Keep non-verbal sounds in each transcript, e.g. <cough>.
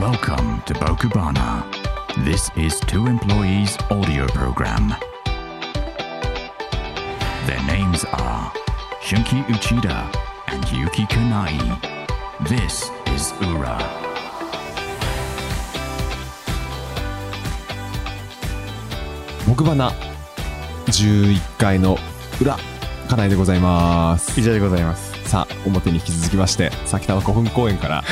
Welcome to Bokubana. This is two employees' audio program. Their names are Shunki Uchida and Yuki Kunai. This is Ura. 木花11回の裏家内でございます以上でございます。さあ表に引き続きまして先田は古墳公園 <laughs> から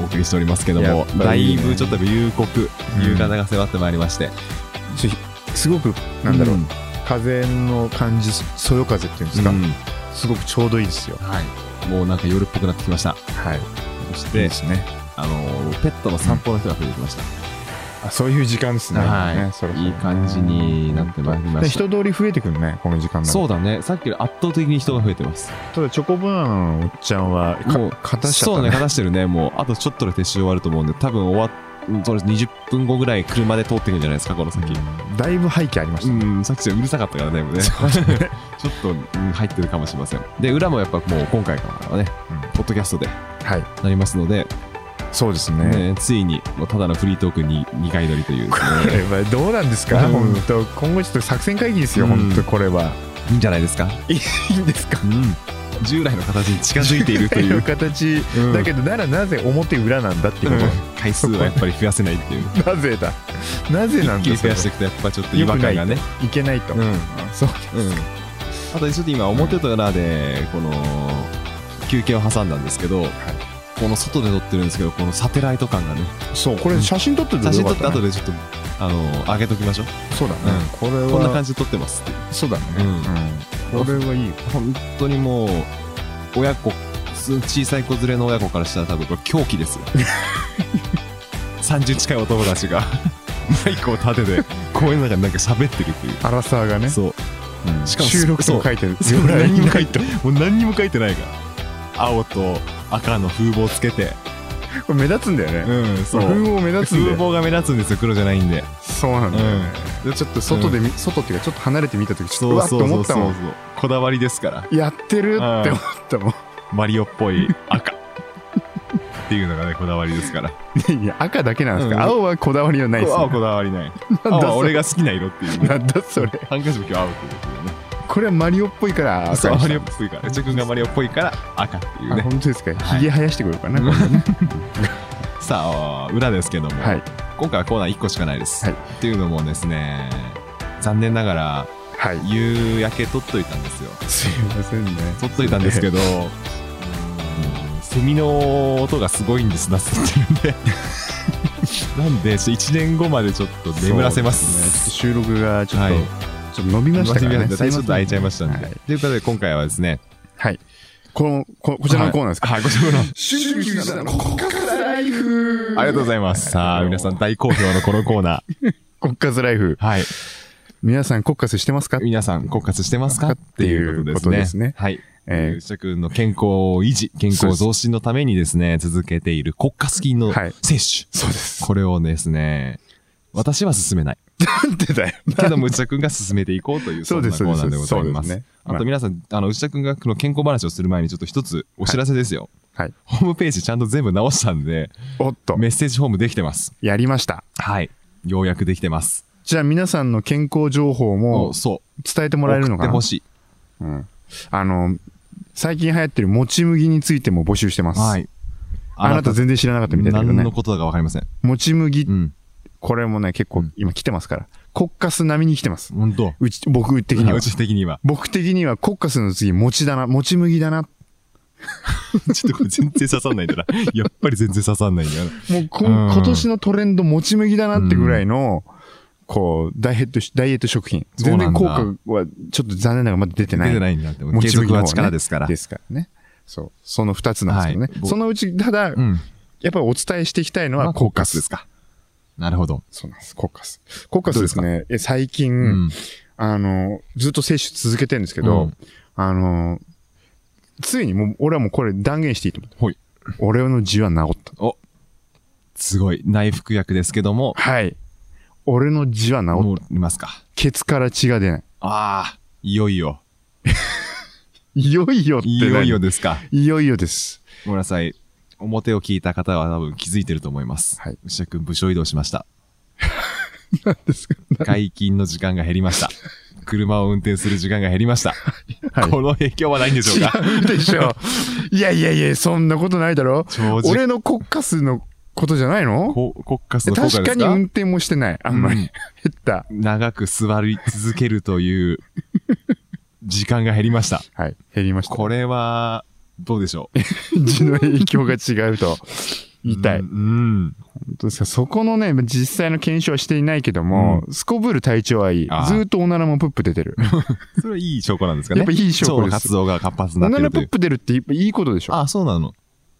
お送りしておりますけどやもっぱだいいいねぶちょっと夕刻うん夕方が迫ってまいりまして、ちょすごく、なんだろう、うん風の感じ、そよ風っていうんですか、うんすごくちょうどいいですよ。はいもうなんか夜っぽくなってきましたはい。そしいいてですね。あのーペットの散歩の人が増えてきました、あそういう時間ですね。はいねそろそろいい感じになってまいりまでした人通り増えてくるね、この時間なのそうだねさっきより圧倒的に人が増えてますただ、チョコバナナのおっちゃんは、かもう勝たしちゃっそたうね。ね片してるねもうあとちょっとで撤収終わると思うんで多分終わっそうです20分後ぐらい車で通ってくるんじゃないですかこの先、うんだいぶ背景ありましたね。うん、さっきちょっとうるさかったからね、もうね <laughs> ちょっと、うん入ってるかもしれません。で、裏もやっぱもう今回からはね、うんポッドキャストではい。なりますので、そうですね。ねついにもうただのフリートークに2回乗りという、ね、これはどうなんですか、うん本当今後ちょっと作戦会議ですよ、うん本当これは。いいんじゃないですか。いいんですかうん、従来の形に近づいているという、形、うんだけどならなぜ表裏なんだっていううこんと、回数はやっぱり増やせないっていう。なぜだなぜなん一気だにそ増れやしていくとやっぱちょっと違和感がね。いけないと、うんそううんあとちょっと今表と裏でこの休憩を挟んだんですけど、この外で撮ってるんですけどこのサテライト感がねそうこれ写真撮ってて写真撮ってよか後ねでちょっとあの上げときましょうそうだね、うんこれはこんな感じで撮ってますってそうだね、うんこれはいいよ本当にもう親子す小さい子連れの親子からしたら多分これ狂気 <laughs> ですよ30近いお友達がマイクを立てて公園の中でなんか喋ってるっていうアラサーがね、そううんしかも収録とか書いてるそう裏に何もないともう何にも書いてないから青と赤の風貌つけてこれ目立つんだよね、うんそう風貌目立つん風だよ貌が目立つんですよ黒じゃないんでそうなんだよね、でちょっと外で見、外っていうかちょっと離れて見た時ちょっとうわっと思ったもんうこだわりですからやってるって思ったもんマリオっぽい赤っていうのがねこだわりですからいや赤だけなんですか、うん青はこだわりはないです、青ね、こだわりないなん青だはそ俺れが好きな色っていうねなんだそれハンカチも今日青っていうことでねこれはマリオっぽいから赤にしたそうマリオっぽいから内君がマリオっぽいから赤っていうあね本当ですか、はいひげ生やしてくるかな、これさあ裏ですけども、はい今回はコーナー1個しかないです、はいっていうのもですね残念ながらはい夕焼け撮っといたんですよすいませんね撮っといたんですけど、うーんセミの音がすごいんですなってるんでなんでちょっと1年後までちょっと眠らせますそうですねちょっと収録がちょっと、はいちょっと伸びましたからねちょっと開いちゃいましたんで、はということで今回はですねはいこのここちらのコーナーですか、はい、はいご紹介の春季さんの国家ライフありがとうございますさあ皆さん大好評のこのコーナ国家ライフーはい皆さん国家してますか皆さん骨活してますかっていうことですねっていうことですねはいえーえー、内田君の健康維持、健康増進のためにですね、続けている国家スキンのはい摂取。そうですこれをですね、私は進めない。なんでだよけども、内田君が進めていこうという、そそうんなでコすーナーでございそうですまそうすですね。あと皆さん、あの、内田君がこの健康話をする前に、ちょっと一つお知らせですよ。はいホームページちゃんと全部直したんで、おっとメッセージフォームできてます。やりましたはい。ようやくできてます。じゃあ皆さんの健康情報もおそう。伝えてもらえるのか送ってなほしい。うんあの最近流行ってるもち麦についても募集してます、はい。あなた全然知らなかったみたいだけど何ねのことだかわかりません。もち麦うん。これもね、結構今来てますから。コッカス並みに来てます。本当。うち、僕的にはう。ち的に <laughs> は。僕的にはコッカスの次、餅だな、餅麦だな。ちょっとこれ全然刺さんないんだな。やっぱり全然刺さんないんだよな。もうこ、うん今年のトレンド、餅麦だなってぐらいの、こう、ダイエットし、ダイエット食品。そう全な然んだ効果は、ちょっと残念ながらまだ出てない。出てないんだって。も継ち続麦の方はね力ですから。ですからね。そう。その二つなんですけどね。はいそのうち、たうだ、やっん。ぱりお伝えしていきたいのまはあ、ココッカカススで。ですすか。なるほど。そうなんです。コッカス。コッカスですね。え最近、うん。あの、ずっと摂取続けてるんですけど、うんあの、ついにもう、俺はもうこれ断言していいと思って。ほい。俺の痔は治った。お。すごい。内服薬ですけども、はい。俺の痔は治った。もういますか。ケツから血が出ない。ああ、いよいよ。いよいよってい何よいよ。ですか。いよいよです。ごめんなさい。表を聞いた方は多分気づいてると思います。はい。牛田くん部署移動しました。なんですか解禁の時間が減りました。車を運転する時間が減りました。この影響はないんでしょうか違うでしょ。いやいやいや、そんなことないだろ。正直俺の国家数のことじゃないのこ国家数の効果確ですかかに運転もしてない。あんまり。うん減った。長く座り続けるという時間が減りました。はい。減りました。これは、どうでしょう字の影響が違うと。言いたい。う本ん。当ですか。そこのね、実際の検証はしていないけども、すこぶる体調はいい。ずあーーっとおならもプップ出てる。それはいい証拠なんですかね。やっぱいい証拠で腸すの活動が活発 <laughs> おになっなてるらプといッう。プ出るってやっぱいいことでしょ。あ、そうなの。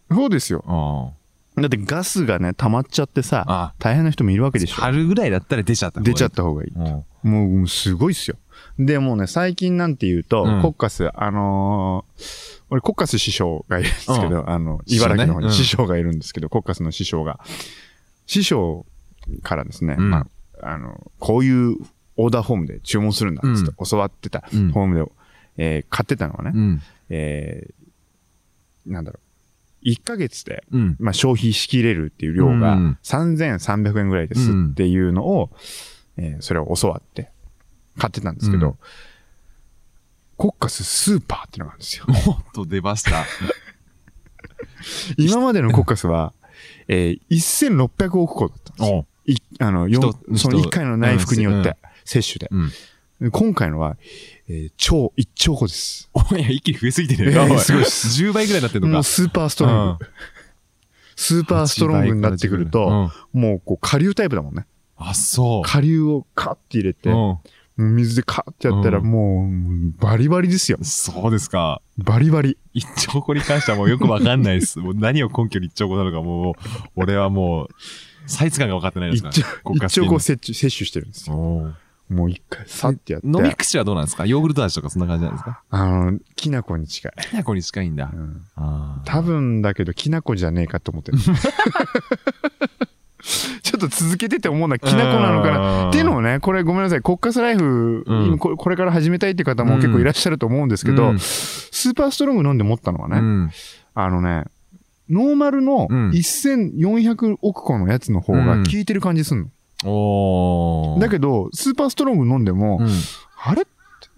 そうですよ。あだってガスがね、溜まっちゃってさ、あ。大変な人もいるわけでしょ。春ぐらいだったら出ちゃった方がい出い。ちゃった方がいい。うん。もう、もうすごいっすよ。で、もうね、最近なんて言うと、うんコッカス、あのー俺、コッカス師匠がいるんですけど、あの、師匠ね茨城の方うにん師匠がいるんですけど、コッカスの師匠が、師匠からですね、うんまあ、あの、こういうオーダーフォームで注文するんだ、つって教わってた、うんフォームで、えー買ってたのはね、うん。えーなんだろう、1ヶ月で、うん。まあ、消費しきれるっていう量うがん3300円ぐらいですっていうのを、えーそれを教わって買ってたんですけど、うんコッカススーパーってのがあるんですよ。 <laughs> おっと出ました。今までのコッカスは、えー1600億個だったんですよ。おいあのよん人その1回の内服によっうんて、摂取で。うん。今回のは、えー超1兆個です。おいや、一気に増えすぎてるいやいやすごいっす10倍ぐらいになってるのもうか。スーパーストロング。スーパーストロングになってくると、もうこう下流タイプだもんね。うん、あ、そう。下流をカッて入れて、う水でカーってやったらうんもう、バリバリですよん。。そうですか。バリバリ。一兆個に関してはもうよくわかんない <laughs> です。もう何を根拠に一兆個なのかもう、俺はもう、サイズ感が分かってないです一から丁、国家一試験丁にこう摂取、摂取してるんですよ。おーもう一回、さってやって。飲み口はどうなんですかヨーグルト味とかそんな感じなんですかあの、きな粉に近い。きな粉に近いんだ。うんあー多分だけど、きな粉じゃねえかと思 <laughs> ってる。ちょっと続けてて思うのはきな粉なのかな。なっていうのもね、これごめんなさい、国家スライフ、うん今これこれから始めたいっていう方も結構いらっしゃると思うんですけど、うんスーパーストロング飲んで思ったのはね、うんあのね、ノーマルのうん1400億個のやつの方が効いてる感じすんの。おーだけど、スーパーストロング飲んでも、うんあれって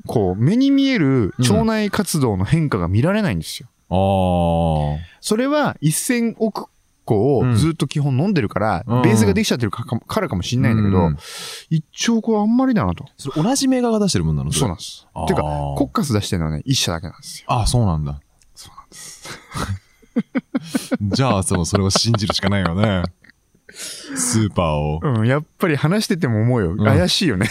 こう、目に見える腸内活動の変化が見られないんですよ。あーそれは1000億個をずっと基本飲んでるから、うんベースができちゃってるかかからかもしんないんだけど、う1兆個はあんまりだなと。それ同じ銘柄が出してるもんなのそなうなんです。ていうか、コッカス出してるのはね、1社だけなんですよ。あ、そうなんだ。そうなんです。じゃあ、その、それを信じるしかないよね。スーパーを。うん、やっぱり話してても思うよ。ん怪しいよね。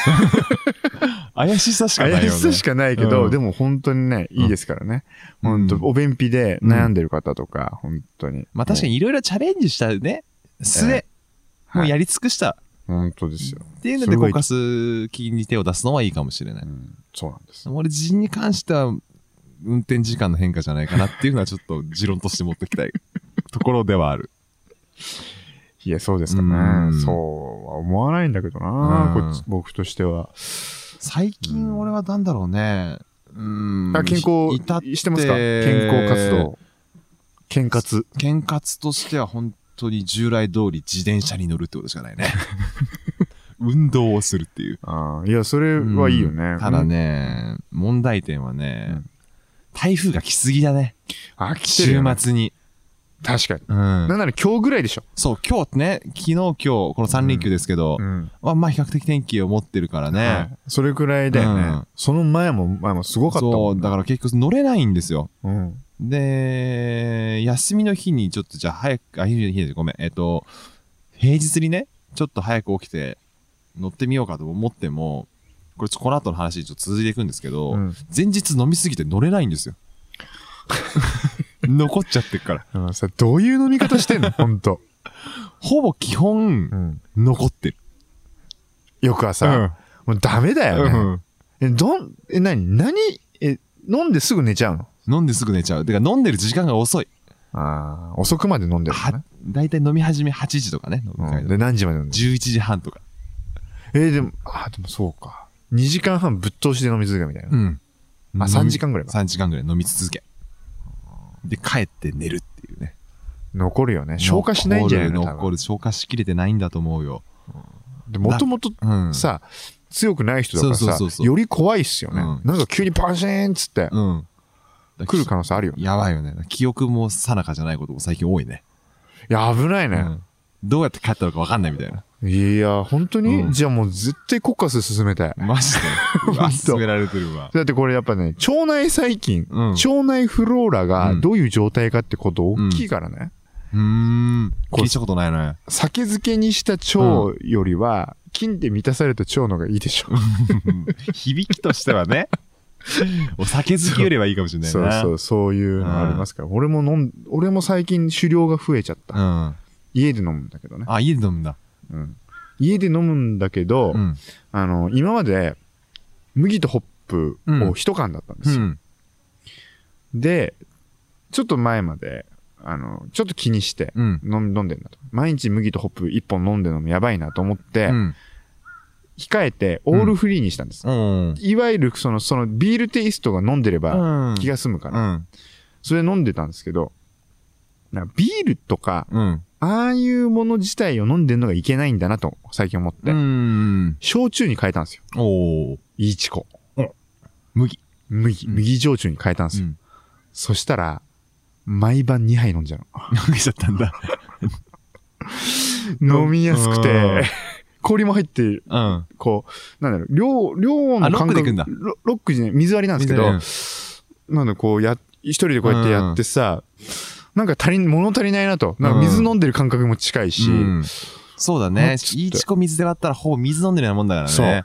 怪しさしかないよね。怪しさしかないけうど、んでも本当にね、いいですからね。うん本当お便秘で悩んでる方とか、本当に。まあ確かに。にいろいろチャレンジしたね、末、はいもうやり尽くした本当ですよ。っていうのすで、ごコいカス菌に手を出すのはいいかもしれなうい。ん、そうなんです。俺、人に関しては、運転時間の変化じゃないかなっていうのはちょっと持論として持ってきたいところではある。いや、そうですかうね。んそうは思わないんだけどな、うこんっち僕としては。最近俺はなんだろうね。うん。あ健康いたってしてますか健康活。動。健活。健活としては本当に従来通り自転車に乗るってことしか <laughs> ないね。運動をするっていう。あーいや、それはいいようねん。ただね、問題点はね、うん台風が来すぎだね。うん。飽きてる週よね。末に。確かに。うんなんなら今日ぐらいでしょ。そう、今日ね、昨日今日、この3連休ですけど、ん。まあまあ比較的天気を持ってるからね。はいそれくらいだようねん。その前も、前もすごかったそもう、んだから結局乗れないんですよ。ら。うん。で、休みの日にちょっとじゃあ早く、あ、休みの日でごめん、えっと、平日にね、ちょっと早く起きて乗ってみようかと思っても、これちょこの後の話ちょっと続いていくんですけど、うん前日飲みすぎて乗れないんですよ。 <laughs> 残っちゃってるから。あのさ、どういう飲み方して <laughs> んのほんと。ほぼ基本、残ってる。よくはさ、もうダメだよね。うんえ、どん、え、何何え、飲んですぐ寝ちゃうの飲んですぐ寝ちゃう。てか飲んでる時間が遅い。ああ、遅くまで飲んでるのはね、大体飲み始め8時とかね。飲みう会ん。ので、何時まで飲んでる11時半とか。えーでも、あーでもそうか。2時間半ぶっ通しで飲み続けみたいな。ん。あ3時間ぐらいか3時間ぐらい飲み続け。で、帰って寝るっていうね。残るよね。消化しないんじゃないの残る残る消化しきれてないんだと思うよ、もともとうん、さ、強くない人だからそうそうさそう、そうより怖いっすよね。うんなんか急にパシーンっつって、うん、来る可能性あるよね。やばいよね記憶も定かじゃないことも最近多いね、いや、危ないうね。ん、どうやって帰ったのか分かんないみたいないや、本当に、うんじゃあもう絶対コッカス進めたい。マジでうわ <laughs> 本当勧められてるわだってこれやっぱね、腸内細菌、うんう腸内フローラがうんどういう状態かってこと大きいからね。ーんこう気にしたことないね酒漬けにした腸よりは、菌で満たされた腸の方がいいでしょ。響きとしては <laughs> ねお酒好きよりはいいかもしれないそうなそうう、そういうのありますから。俺も飲ん、俺も最近狩猟が増えちゃった。ん、家で飲むんだけどね。あ家で飲むんだうん家で飲むんだけど、うんあの、今まで麦とホップを一缶だったんでうすよ。んで、ちょっと前まで、あの、ちょっと気にして、うん飲ん飲んでんだと。毎日麦とホップ一本飲んでるのもやばいなと思って、うん控えてオールフリーにしたんです。うんいわゆるその、そのビールテイストが飲んでればうん気が済むから、うんそれ飲んでたんですけど、なんかビールとか、うんああいうもの自体を飲んでるのがいけないんだなと最近思って、うん焼酎に変えたんですよ。おおいいチコ。麦麦、うん麦焼酎に変えたんですよ。んそしたら、毎晩2杯飲んじゃう飲みちゃったんだの。飲みやすくうんて、 <laughs> 氷も入って、うんこう、なんだろう、量、量あのロッ感クでいく覚んだロロックじゃない、水割りなんですけど、なんだこうや、一人でこうやってやってさ、なんか足りん、物足りないなと。なんか水飲んでる感覚も近いし、うんそうだもねうちょっといいチコ水で割ったらほぼ水飲んでるようなもんだからね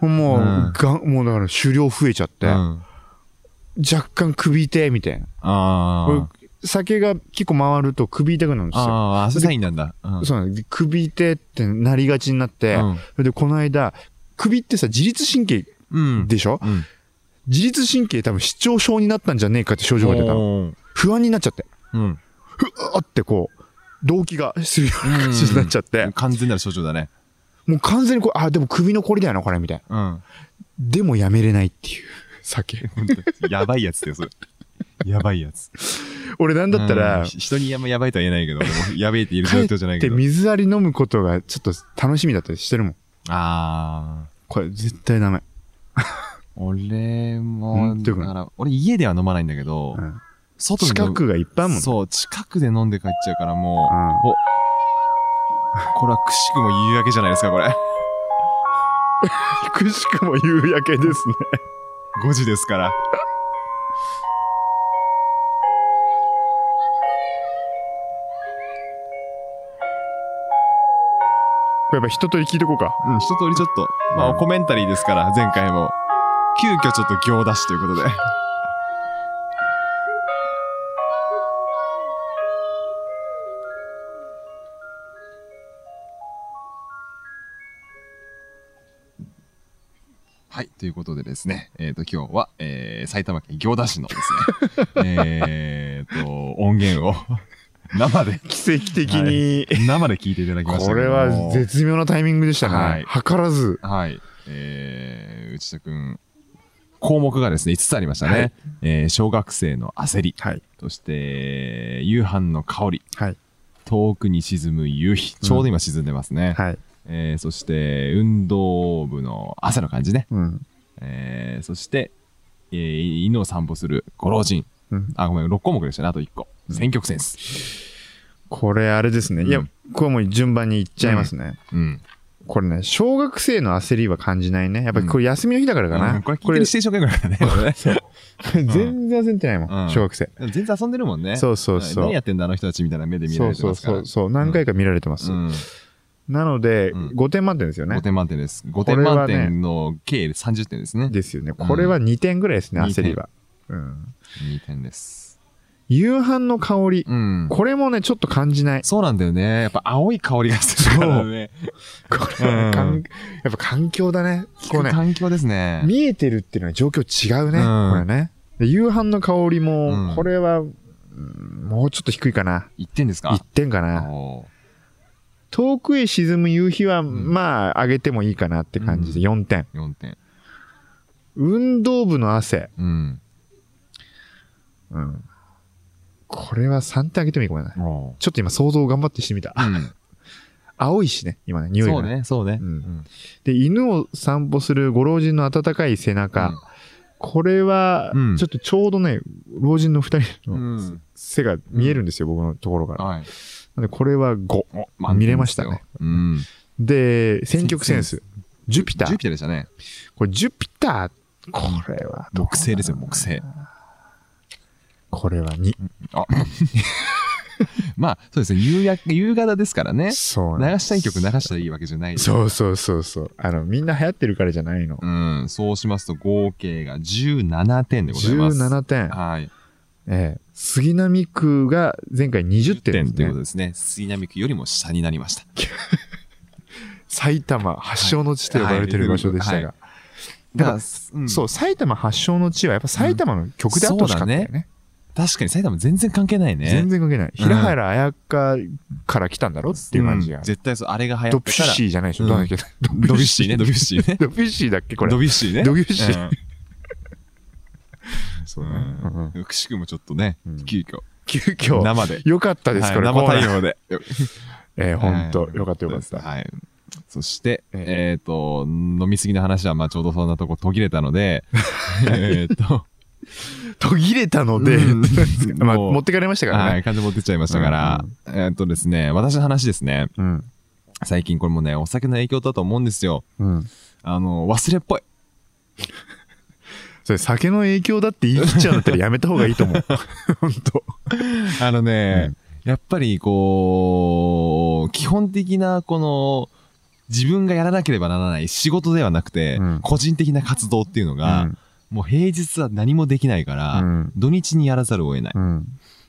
そうもう、うんがもうだから狩猟増えちゃって、うん若干首痛いみたいな。あーこれ酒が結構回ると首痛くなるんですよ。あーあそういうサインなんだうんそうなんです。首痛ってなりがちになって、うんそれで、この間、首ってさ、自律神経うんでしょ、うん自律神経多分失調症になったんじゃねえかって症状が出たの。おー不安になっちゃって、うんふわーってこう、動悸がするような感じになっちゃって、完全なる症状だねもう完全にこう、あ、でも首のこれだよな、これ、みたいな。うんでもやめれないっていう、酒。やばいやつだよそれやばいやつ俺なんだったら、うんひ人にあんまやばいとは言えないけど俺もやべえって言える状況じゃないで、けど水割り飲むことがちょっと楽しみだったりしてるもん。ああこれ絶対ダメ。俺うもんだから俺家では飲まないんだけどうん外で飲む近くがいっぱいあるもんね。そう近くで飲んで帰っちゃうからもう、うんおこれはくしくも言い訳じゃないですかこれくしくも夕焼けですね。 5時ですから <laughs> これやっぱ一通り聞いとこうか。うん一通りちょっとまあ、うんコメンタリーですから前回も急遽ちょっと行出しということではい。ということでですね、えっ、と、今日は、えー、埼玉県行田市のです <laughs> ね、えっと、音源を生で、奇跡的に、生で聞いていただきましたこけれどもは絶妙なタイミングでしたね。はい計らず。はい。えー、内田くん、項目がですね、5つありましたね。はいえー小学生の焦り、はい。そして、夕飯の香り、はい。遠くに沈む夕日、ちょうど今沈んでますね。はい。えー、そして、運動部の汗の感じね。うん。えー、そして、えー犬を散歩するご老人。うんあ、ごめん、6項目でしたね、あと1個。選曲センス。これあれですね。いやうん、これもう順番にいっちゃいますね。うん。これね、小学生の焦りは感じないね。やっぱりこれ休みの日だからかな。うんこれ聞いてるステーションぐらいだね。こ <laughs> れね全然焦ってないもん、うん小学生。全然遊んでるもんね。そうそうそう何やってんだ、あの人たちみたいな目で見そらうれてそまうすかそらう。そう。何回か見られてます。うんなので、うん5点満点ですよね5。点満点です。5れ点はね満点の計30点ですね。ですよね。これは2点ぐらいですね、うん焦りは。うん。 2点です。夕飯の香り。うん。これもね、ちょっと感じない。そうなんだよね。やっぱ青い香りがするからね。これはね、かうんんやっぱ環境だね。ここううね、環境ですね。見えてるっていうのは状況違うね、うんこれね。で夕飯の香りうもん、これは、うんもうちょっと低いかな。 1点です1か点かな。おー遠くへ沈む夕日は、んまあ、上げてもいいかなって感じで4点。 4点。運動部の汗。うん。うんこれは3点あげてもいいかもね。もちょっと今想像を頑張ってしてみた。う。うん。青いしね、今ね、匂いそがうね。ね、そうね。ううんん。で、犬を散歩するご老人の温かい背中。うんこれはう、んちょっとちょうどね、老人の2人うのん。背が見えるんですよ、僕のところから。はい。なんで、これは5。お見れましたね。満点ですよで、選曲センス。ジュピタうん。ジューピ。ターでしたね。これ、ジュピター。これは、木星ですよ、木星。これは2。あまあ、そうですね。夕焼夕方ですからね。そうなん流でしたい曲流したらいいわけじゃない。す。そうそうそうそう。あの、みんな流行ってるからじゃないの。うん。そうしますと、合計が17点でございます。 17点。はい。ええ。杉並区が前回20点というこでとすね。ですね。杉並区よりも下になりました。埼玉発祥の地と呼ばれてる場所でしたはいはが。だからだからうんそう、埼玉発祥の地はやっぱ埼玉の曲であってほしかったようんそうだね。確かに埼玉全然関係ないね。全然関係ない。平原綾香から来たんだろっていう感じがん。絶対そう、あれが流行ドったビュッから。シーじゃないでしょ。うんどうだっけドビュッシーね、ドビュッシーね。ドビュッシーだっけこれド。ビュッシーね。ドビュッシーうん。 <laughs> そうねうんうくしくもちょっとねうん、急遽、急遽。生で。よかったです、これ。はい生対応。応で。えー、ほんとは。いよかったよかった。はい。そして、ええっ、と、飲みすぎの話は、まあ、ちょうどそんなとこ途切れたの <laughs> で、えっと、 <laughs> 途切れたので、うん <laughs> まあ、もう持ってかれましたからはねい、。完全持ってっちゃいましたから、えっ、とですね、私の話ですね、うん。最近これもね、お酒の影響だと思うんですよ。うん。あの、忘れっぽい。それ、酒の影響だって言い切っちゃうんだったらやめた方がいいと思う。 <laughs> ほんと。あのね、やっぱりこう、基本的なこの、自分がやらなければならない仕事ではなくて、うん個人的な活動っていうのが、もう平日は何もできないから、うん土日にやらざるを得ない。うん。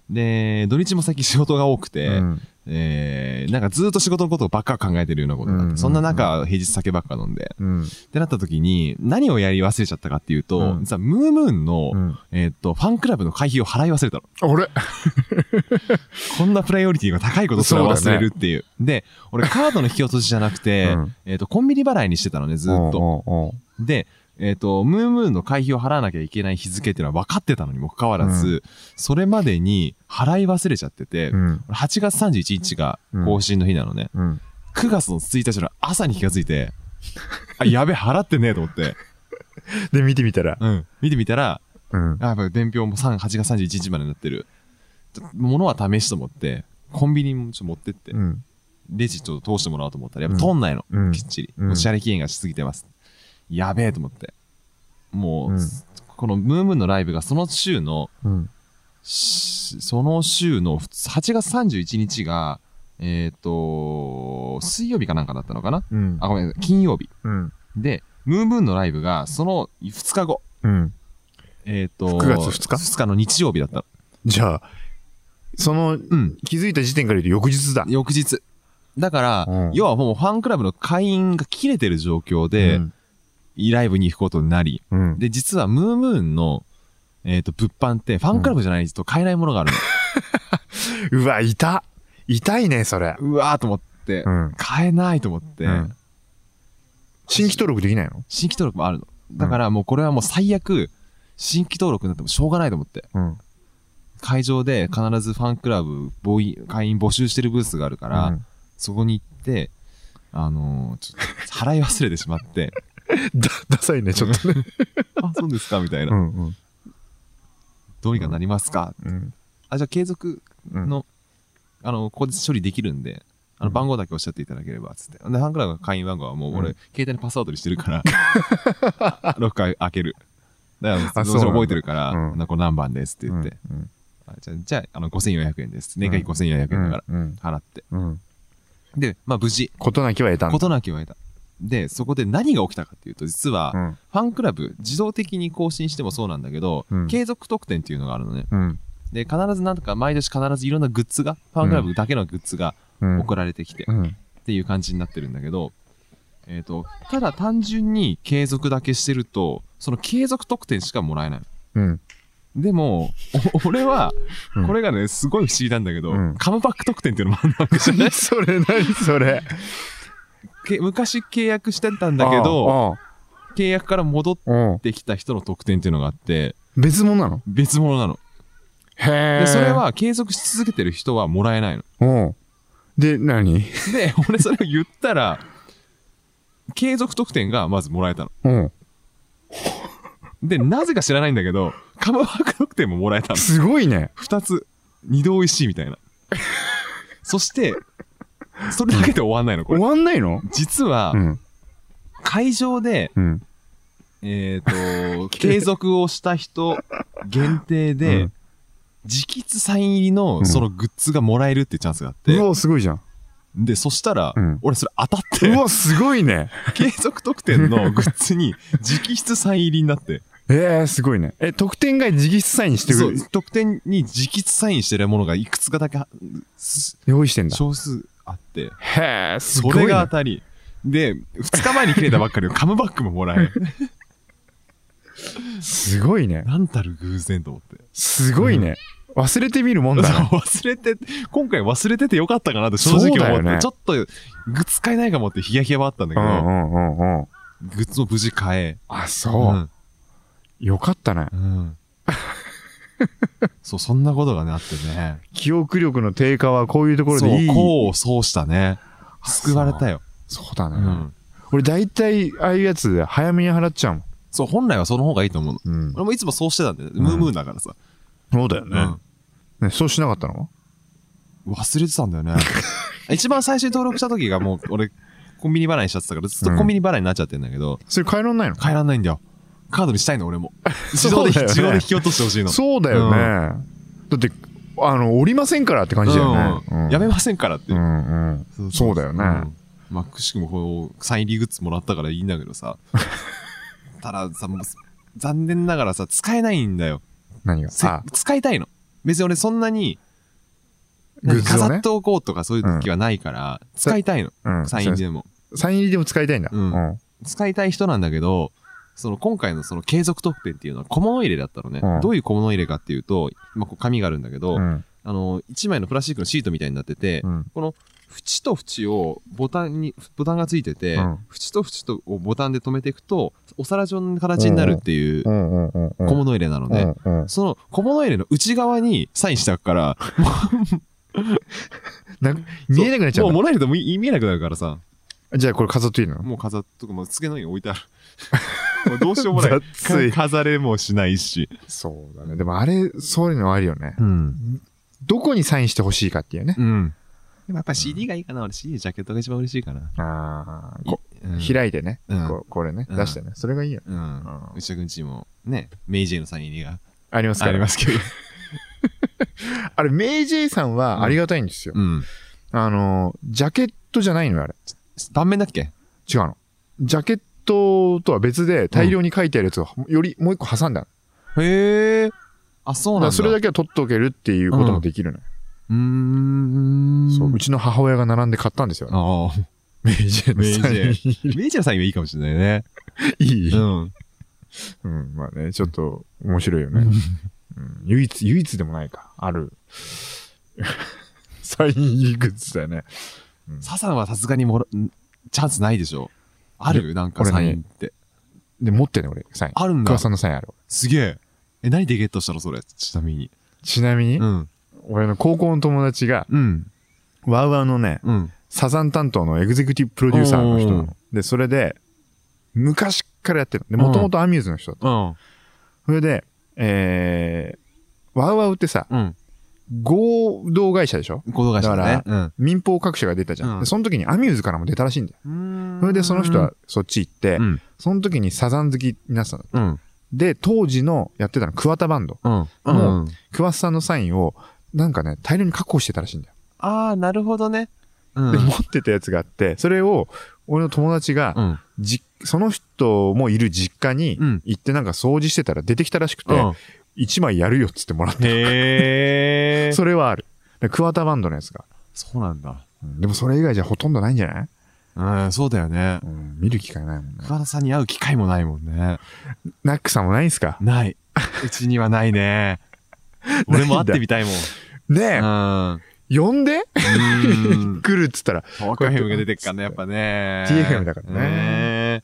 で、土日も先仕事が多くて、うんえー、なんかずっと仕事のことばっか考えてるようなことになって、うんそんな中、平日酒ばっか飲んで、うん。ってなった時に、何をやり忘れちゃったかっていうと、うん実はムームーンの、うんえーっと、ファンクラブの会費を払い忘れたの。俺こんなプライオリティが高いことすら忘れるっていう。で、俺カードの引き落としじゃなくて、うんえーっと、コンビニ払いにしてたのね、ずーっと。おうおうおうで、えっ、と、ムームーンの会費を払わなきゃいけない日付っていうのは分かってたのにもかかわらず、うそれまでに払い忘れちゃってて、うん。 8月31日が更新の日なのね。うん。 9月の1日の朝に気がついて、あ、やべ、払ってねえと思って。で、見てみたら。うん。見てみたら、うん。あ、やっぱ伝票も3、8月31日までになってる。ちょ物は試しと思って、コンビニもちょっと持ってって、うん。レジちょっと通してもらおうと思ったら、やっぱ通んないの。うんきっちり。うんお支払い期限がしすぎてます。やべえと思って。もう、うんこのムームーンのライブがその週の、うん。しその週の8月31日が、えっ、と、水曜日かなんかだったのかなうんあ、ごめんなさい、金曜日。うん。で、ムームーンのライブがその2日後、うん。えっ、と、 9月2日 ?2 日の日曜日だったの。じゃあ、その、うん。気づいた時点から言うと翌日だ。翌日。だから、うん要はもうファンクラブの会員が切れてる状況で、うんライブに行くことになり、うん。で、実はムームーンの、えっ、と、物販って、ファンクラブじゃないと買えないものがあるの。うわ、痛痛いね、それ。うわーと思って、うん。買えないと思って、うん新規登録できないの新規登録もあるの。だからもうこれはもう最悪、新規登録になってもしょうがないと思って、うん。会場で必ずファンクラブボーイ会員募集してるブースがあるから、うんそこに行って、あのーちょっと払い忘れてしまって、だ、ダサいね、ちょっとね。 <laughs> あ、そうですかみたいな、んうん。どうにかなりますかうん。あ、じゃあ継続うんの、あの、ここで処理できるんで、あうの、ん番号だけおっしゃっていただければ、つって。で、ファンクラブの会員番号はもう俺、う携帯にパスワードにしてるから、 <laughs> あロッカー開ける。だから、どあそううしなてんだ覚えてるから、うんなこれ何番ですって言って、うん。あじゃあ、じゃあ、あの、5400円です。年会費5400円だから、うん。払って。うん。で、まあ、無事、ことなきは得たんだ。事なきを得た。で、そこで何が起きたかっていうと、実は、うん。ファンクラブ、自動的に更新してもそうなんだけど、うん継続特典っていうのがあるのね。うん。で、必ずなんとか、毎年必ずいろんなグッズが、ファンクラブだけのグッズがうん。送られてきて、うん。っていう感じになってるんだけど、えー、とただ単純に継続だけしてるとその継続得点しかもらえないうん。でもお <laughs> 俺は、うんこれがねすごい不思議なんだけど、うんカムバック得点っていうのもあるわけ <laughs> じゃないそれ <laughs> 何そ <laughs> れ。け昔契約してたんだけどど、契約から戻っうん。てきた人の得点っていうのがあって別物なの別物なのへえ。で、それ、は継続し続けてる人はもらえないの。うん。で、何 <laughs> で、俺それを言ったら、継続得点がまずもらえたの。うん。で、なぜか知らないんだけど、カムバック得点ももらえたの。すごいね。二つ、二度美味しいみたいな。そして、それだけで終わんないの、こ終れ。わんないの実はう、ん。会場で、うん。えっ、と、継続をした人限定で、うん直筆サイン入りのそのグッズがもらえるっていうチャンスがあって、うわ、すごいじゃん。で、そしたら、うん俺それ当たって、うわ、すごいね。継続得点のグッズに直筆サイン入りになって、えー、すごいね。え、得点が直筆サインしてそくうる。得点に直筆サインしてるものがいくつかだけはす用意してんだ。少数あって、へえ、すそごいね。れが当たり。で、2日前に切れたばっかりのカムバックももら <laughs> え、すごいね。なんたる偶然と思って。すごいね。忘れてみるもんだな。忘れて、今回忘れててよかったかなって正直そうだ思って、よねちょっとグッズ買えないかもってヒヤヒヤはあったんだうけど、んうんうんうん。グッズを無事買え。あ、そう。よかったね。うん。 <laughs> うん。そう、そんなことがね、あってね。記憶力の低下はこういうところそうでいい。功を奏したね。救われたよ。そうだうね。ん。俺大体、ああいうやつ、早めに払っちゃうもん。そう、本来はその方がいいと思うの。うん俺もいつもそうしてたんだよね。ムームーだからさ。そうだようん。ね。そうしなかったの忘れてたんだよ <laughs> ね。一番最初に登録した時がもう俺、コンビニ払いにしちゃってたから、ずっとコンビニ払いになっちゃってんだけど、それ帰らんないの帰らないんだよ。カードにしたいの、俺も。自動で、そうだよね自動で引き落としてほしいの。そうだよね。だって、あの、降りませんからって感じだようんね。やめまませんからって。うんうん。そうだよねんまあ、くしくもこう、サイン入りグッズもらったからいいんだけど <laughs> さ。たださ、もう残念ながらさ、使えないんだよ。何がせあ、使いたいの。別に俺そんなに、グッズを飾ねって。おこうとかそういう時はないから、使いたいの。うんサイン入りでも。サイン入りでも使いたいんだ。うん使いたい人なんだけど、その今回のその継続特典っていうのは小物入れだったのね。うんどういう小物入れかっていうと、まあ、こう紙があるんだけど、うんあの、1枚のプラスチックのシートみたいになってて、うん縁と縁をボタンに、ボタンがついてて、うん縁と縁とをボタンで留めていくと、お皿状の形になるっていうううんうんうんうん。小物入れなのね。うんうんその小物入れの内側にサインしたから、なんか見えなくなっちゃもううんだもらえるともい見えなくなるからさ、じゃあこれ飾っといいのもう飾っとか、もう机の上に置いてあ <laughs> る。もうどうしようもない。雑いか飾れもしないし。そうだね。でもあれ、そういうのあるよね。うん。どこにサインしてほしいかっていうね。うん。でもやっぱ CD がいいかな。俺 CD のジャケットが一番嬉しいかな。ああ、こうん開いてね。うんここれね。うん出してね。それがいいよ。うん。内田くんちも、ね、メイジェイのサイン入りがありますあかりらま。すけど。 <laughs> あれ、メイジェイさんはありがたいんですよ。うん。あの、ジャケットじゃないのよ、あれ。断面だっけ違うの。ジャケットとは別で大量に書いてあるやつをよりもう一個挟んだの。へえ。あ、そうだなんだ。からそれだけは取っておけるっていうこともできるのよ。うーん。そううちの母親が並んで買ったんですよ。 <laughs> ああ。メイジェイのメイジ <laughs> サインェイ。メイジェイのサインはいいかもしれないね。いい、うん。うん、まあね、ちょっと面白いよね。うん、唯一、唯一でもないか。ある。 <laughs> サイン入りグッズだよね。サザンはさすがにもら、んチャンスないでしょ。あるなんかこれねサインって。で、持ってんの俺、サイン。あるんだ桑。さんのサインある。すげえ。え、何でゲットしたのそれ。ちなみに。ちなみに、うん。俺の高校の友達が、うん。ワウワウのね、うん。サザン担当のエグゼクティブプロデューサーの人なおーの。で、それで、昔からやってるの。で、もともとアミューズの人だった。うん。それで、えー、ワウワウってさ、うん。合同会社でしょ行動会社だねだ。民放各社が出たじゃん。うんで、その時にアミューズからも出たらしいんだよ。うん。それでその人は、そっち行って、うん。その時にサザン好きになってたの。うん。で、当時のやってたの、桑田バンド。うん。もうん。桑田さんのサインを、なんかね、大量に確保してたらしいんだよ。ああ、なるほどね。うん。で、持ってたやつがあって、それを、俺の友達が、うん。じその人もいる実家にうん行ってなんか掃除してたら出てきたらしくて、うん。一枚やるよっつってもらって、へえ。それはある。で桑田バンドのやつが。そうなんだ。うんでもそれ以外じゃほとんどないんじゃない、うん、そうだよねう。ん、見る機会ないもんね。桑田さんに会う機会もないもんね。ナックさんもないんすか <laughs> ない。うちにはないね。俺も会ってみたいもん。ねうん。え、呼んでうん。来るっつったら、東京 FM が出てっからね、やっぱね。 TFM だからねね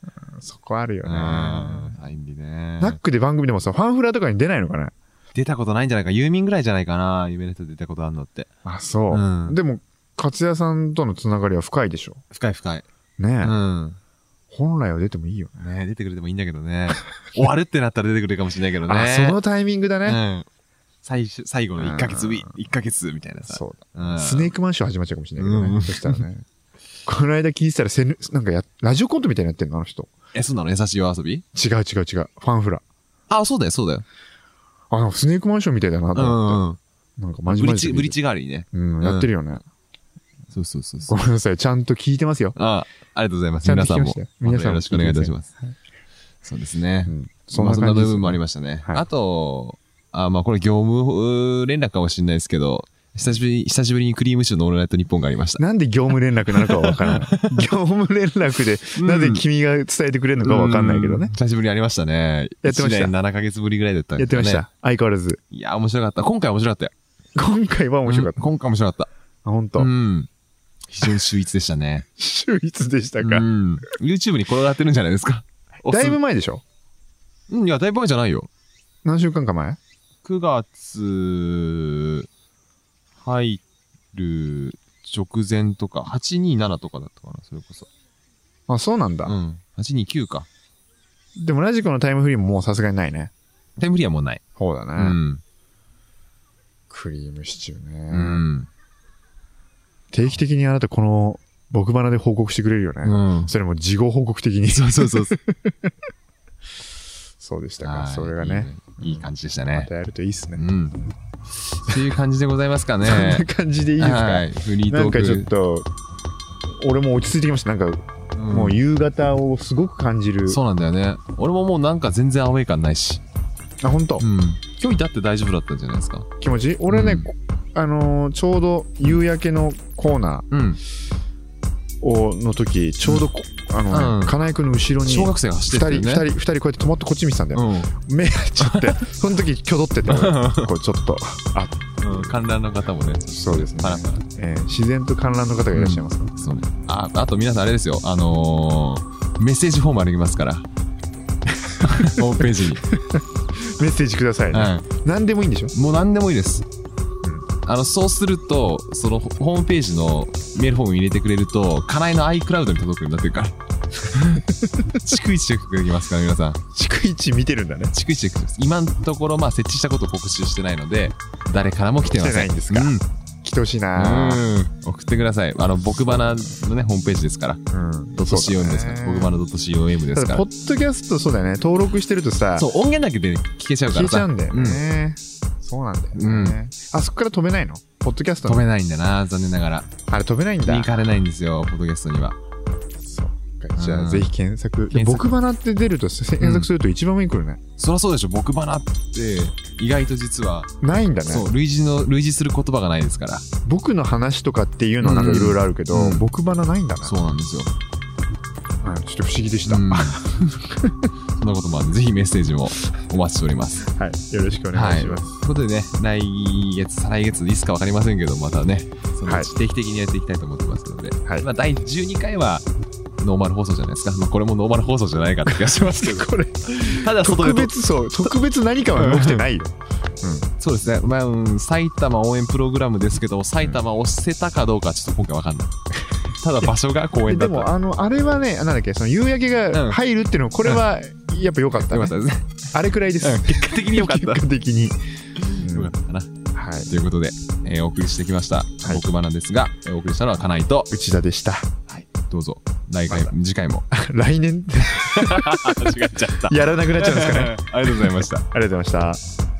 え。そこあるようね。ん。サインリね。ナックで番組でもさ、ファンフラとかに出ないのかね出たことないんじゃないか。ユーミンぐらいじゃないかな。夢の人出たことあるのって。あ、そう。うんでも、勝也さんとのつながりは深いでしょ。深い深い。ねえ、うん。本来は出てもいいよね。ね出てくれてもいいんだけど <laughs> ね。終わるってなったら出てくれるかもしれないけどね。あ、そのタイミングだね。うん。最初、最後の1ヶ月、ううん1ヶ月みたいなさ。そううだ。ん。スネークマンション始まっちゃうかもしれないけどね。うんそしたらね。この間聞いてたらせぬ、なんかや、ラジオコントみたいになってるの、あの人。え、そうなの優しいお遊び違う違う違う。ファンフラ。あ、そうだよ、そうだよ。あ、なんかスネークマンションみたいだなとう思んっうん。て。なんかマジブリマッジジ、でブリッジ代わりにね。うん、やってるよね。そうそうそうそごう。めんなさい。ちゃんと聞いてますよ。あありがとうございます。ちゃんと皆さん聞きまもしたまよ。たよ皆ろしさんくおも願い聞いいたてくださいします。そうですねう。ん。そんなそんな感じ部です分もありましたね。はいあと、あまあこれ業務連絡かもしれないですけど、久しぶりに、久しぶりにクリームシチューのオールナイトニッポンがありました。なんで業務連絡なのかはわからない。業務連絡で、うんなぜ君が伝えてくれるのかはわかんないけどねうん。久しぶりにありましたね。やってました1年7ヶ月ぶりぐらいだったんやでっすてかまねした。。相変わらず。いや、面白かった。今回面白かったよ。今回は面白かっうた。ん今回面白かっあ、本た。当う。ん。非常に秀逸でしたね。秀逸でしたうか。ん。YouTube に転がってるんじゃないですか。おすだいぶ前でしょうん、いや、だいぶ前じゃないよ。何週間か前9月入る直前とか、827とかだったかな、それこそ。あ、そうなんだう。ん。829か。でもラジコのタイムフリーももうさすがにないね。タイムフリーはもうない。そうだうね。ん。クリームシチューうね。ん。定期的にあなたこの僕花で報告してくれるよね。うん。それも事後報告的に。そうそうそう <laughs> そう。そうでしたはか。いそれがね。。いいいい感じでしたまね。たやるといいっすうね。ん。っていう感じでございますかね。 <laughs> そんな感じでいいですはかい。フリーなトんーク。かちょっと、俺も落ち着いてきました。なんかうんもう夕方をすごく感じる。そうなんだよね。俺ももうなんか全然アウェイ感ないし。あ、本当う。ん。今日いたって大丈夫だったんじゃないですか。気持ちいい俺ね、うんこあのーちょうど夕焼けのコーナうん。ーをの時ちょうどこ、あのうんね金井君の後ろに小学2生が走って人る二よね。人二人こうやって止まってこっち見てたんだよ、うん。目合っちゃって <laughs> その時きょどってた俺こうちょっとあうん、観覧の方もね、そうですねパラパラえー自然と観覧の方がいらっしゃいます、そうね。あ、あと皆さんあれですよ、あのー、メッセージフォームあります <laughs> から。ホームページに。メッセージくださいね、は何でもいいんでしょい。もう何でもいいです。あの、そうすると、そのホームページのメールフォームに入れてくれると、かなえの iCloud に届くようになって <laughs> るから。逐一チェックできますから、皆さん。逐一見てるんだね逐一チェックです。今のところ、まあ、設置したことを告知してないので、誰からも来てません。来てないんですかうん来てほしいなうん送ってください。あの、僕バナのね、ホームページですから。うんドット COM ですから、僕まだドット COM でたすだかポら。ッドキャストそうだよね登録してるとさそう、音源だけで聞けちゃうか消えらちゃさ。うんだよね、そうなんだよね、うんあそこから飛べないのポッドキャストの飛べないんだな、残念ながら。あれ飛べないんだ見に行かれないんですよ、ポッドキャストには。そうかじゃうあんぜひ検索検索僕花って出るとせ検索すると一番上に来るね、そりゃそうでしょ、僕バナって、意外と実は、ないんだねそう、類似の、類似する言葉がないですから。僕の話とかっていうのはなんかいろいろあるけど、うん僕花ないんだねそうなんですよ。うんちょっと不思議でした、うんは <laughs> そんなこともあるんで、ぜひメッセージもお待ちしております。いよろしくお願い <laughs> します、ということでね、来月、再来月でいつか分かりませんけど、またね、そのはういち定期的にやっていきたいと思ってますので、はいまあ、第12回はノーマル放送じゃないですか。まあ、これもノーマル放送じゃないかって気がしますけど、こ <laughs> れただ外特でと、別そう特別何かは起きてないよ、そうですね、まあうん埼玉応援プログラムですけど、埼玉を押せたかどうかはちょっと今回分かんない。ただ場所が公え園だでった。もあのあれはねなんだっけその夕焼けうがん入るっていうのはこれはやっぱ良かった,、よかったですね。あれくらいです、うん結果的に良かった。 <laughs> 結果的に、うんよかったかな。はいということで、えーお送りしてきました、い僕ばなんですが、えーお送りしたのはかないと、内田でした <laughs> どうぞ、来回、ま次回も。来年 <laughs> 間違えちゃった。 <laughs> やらなくなっちゃうんですかね <laughs> ありがとうございました。ありがとうございました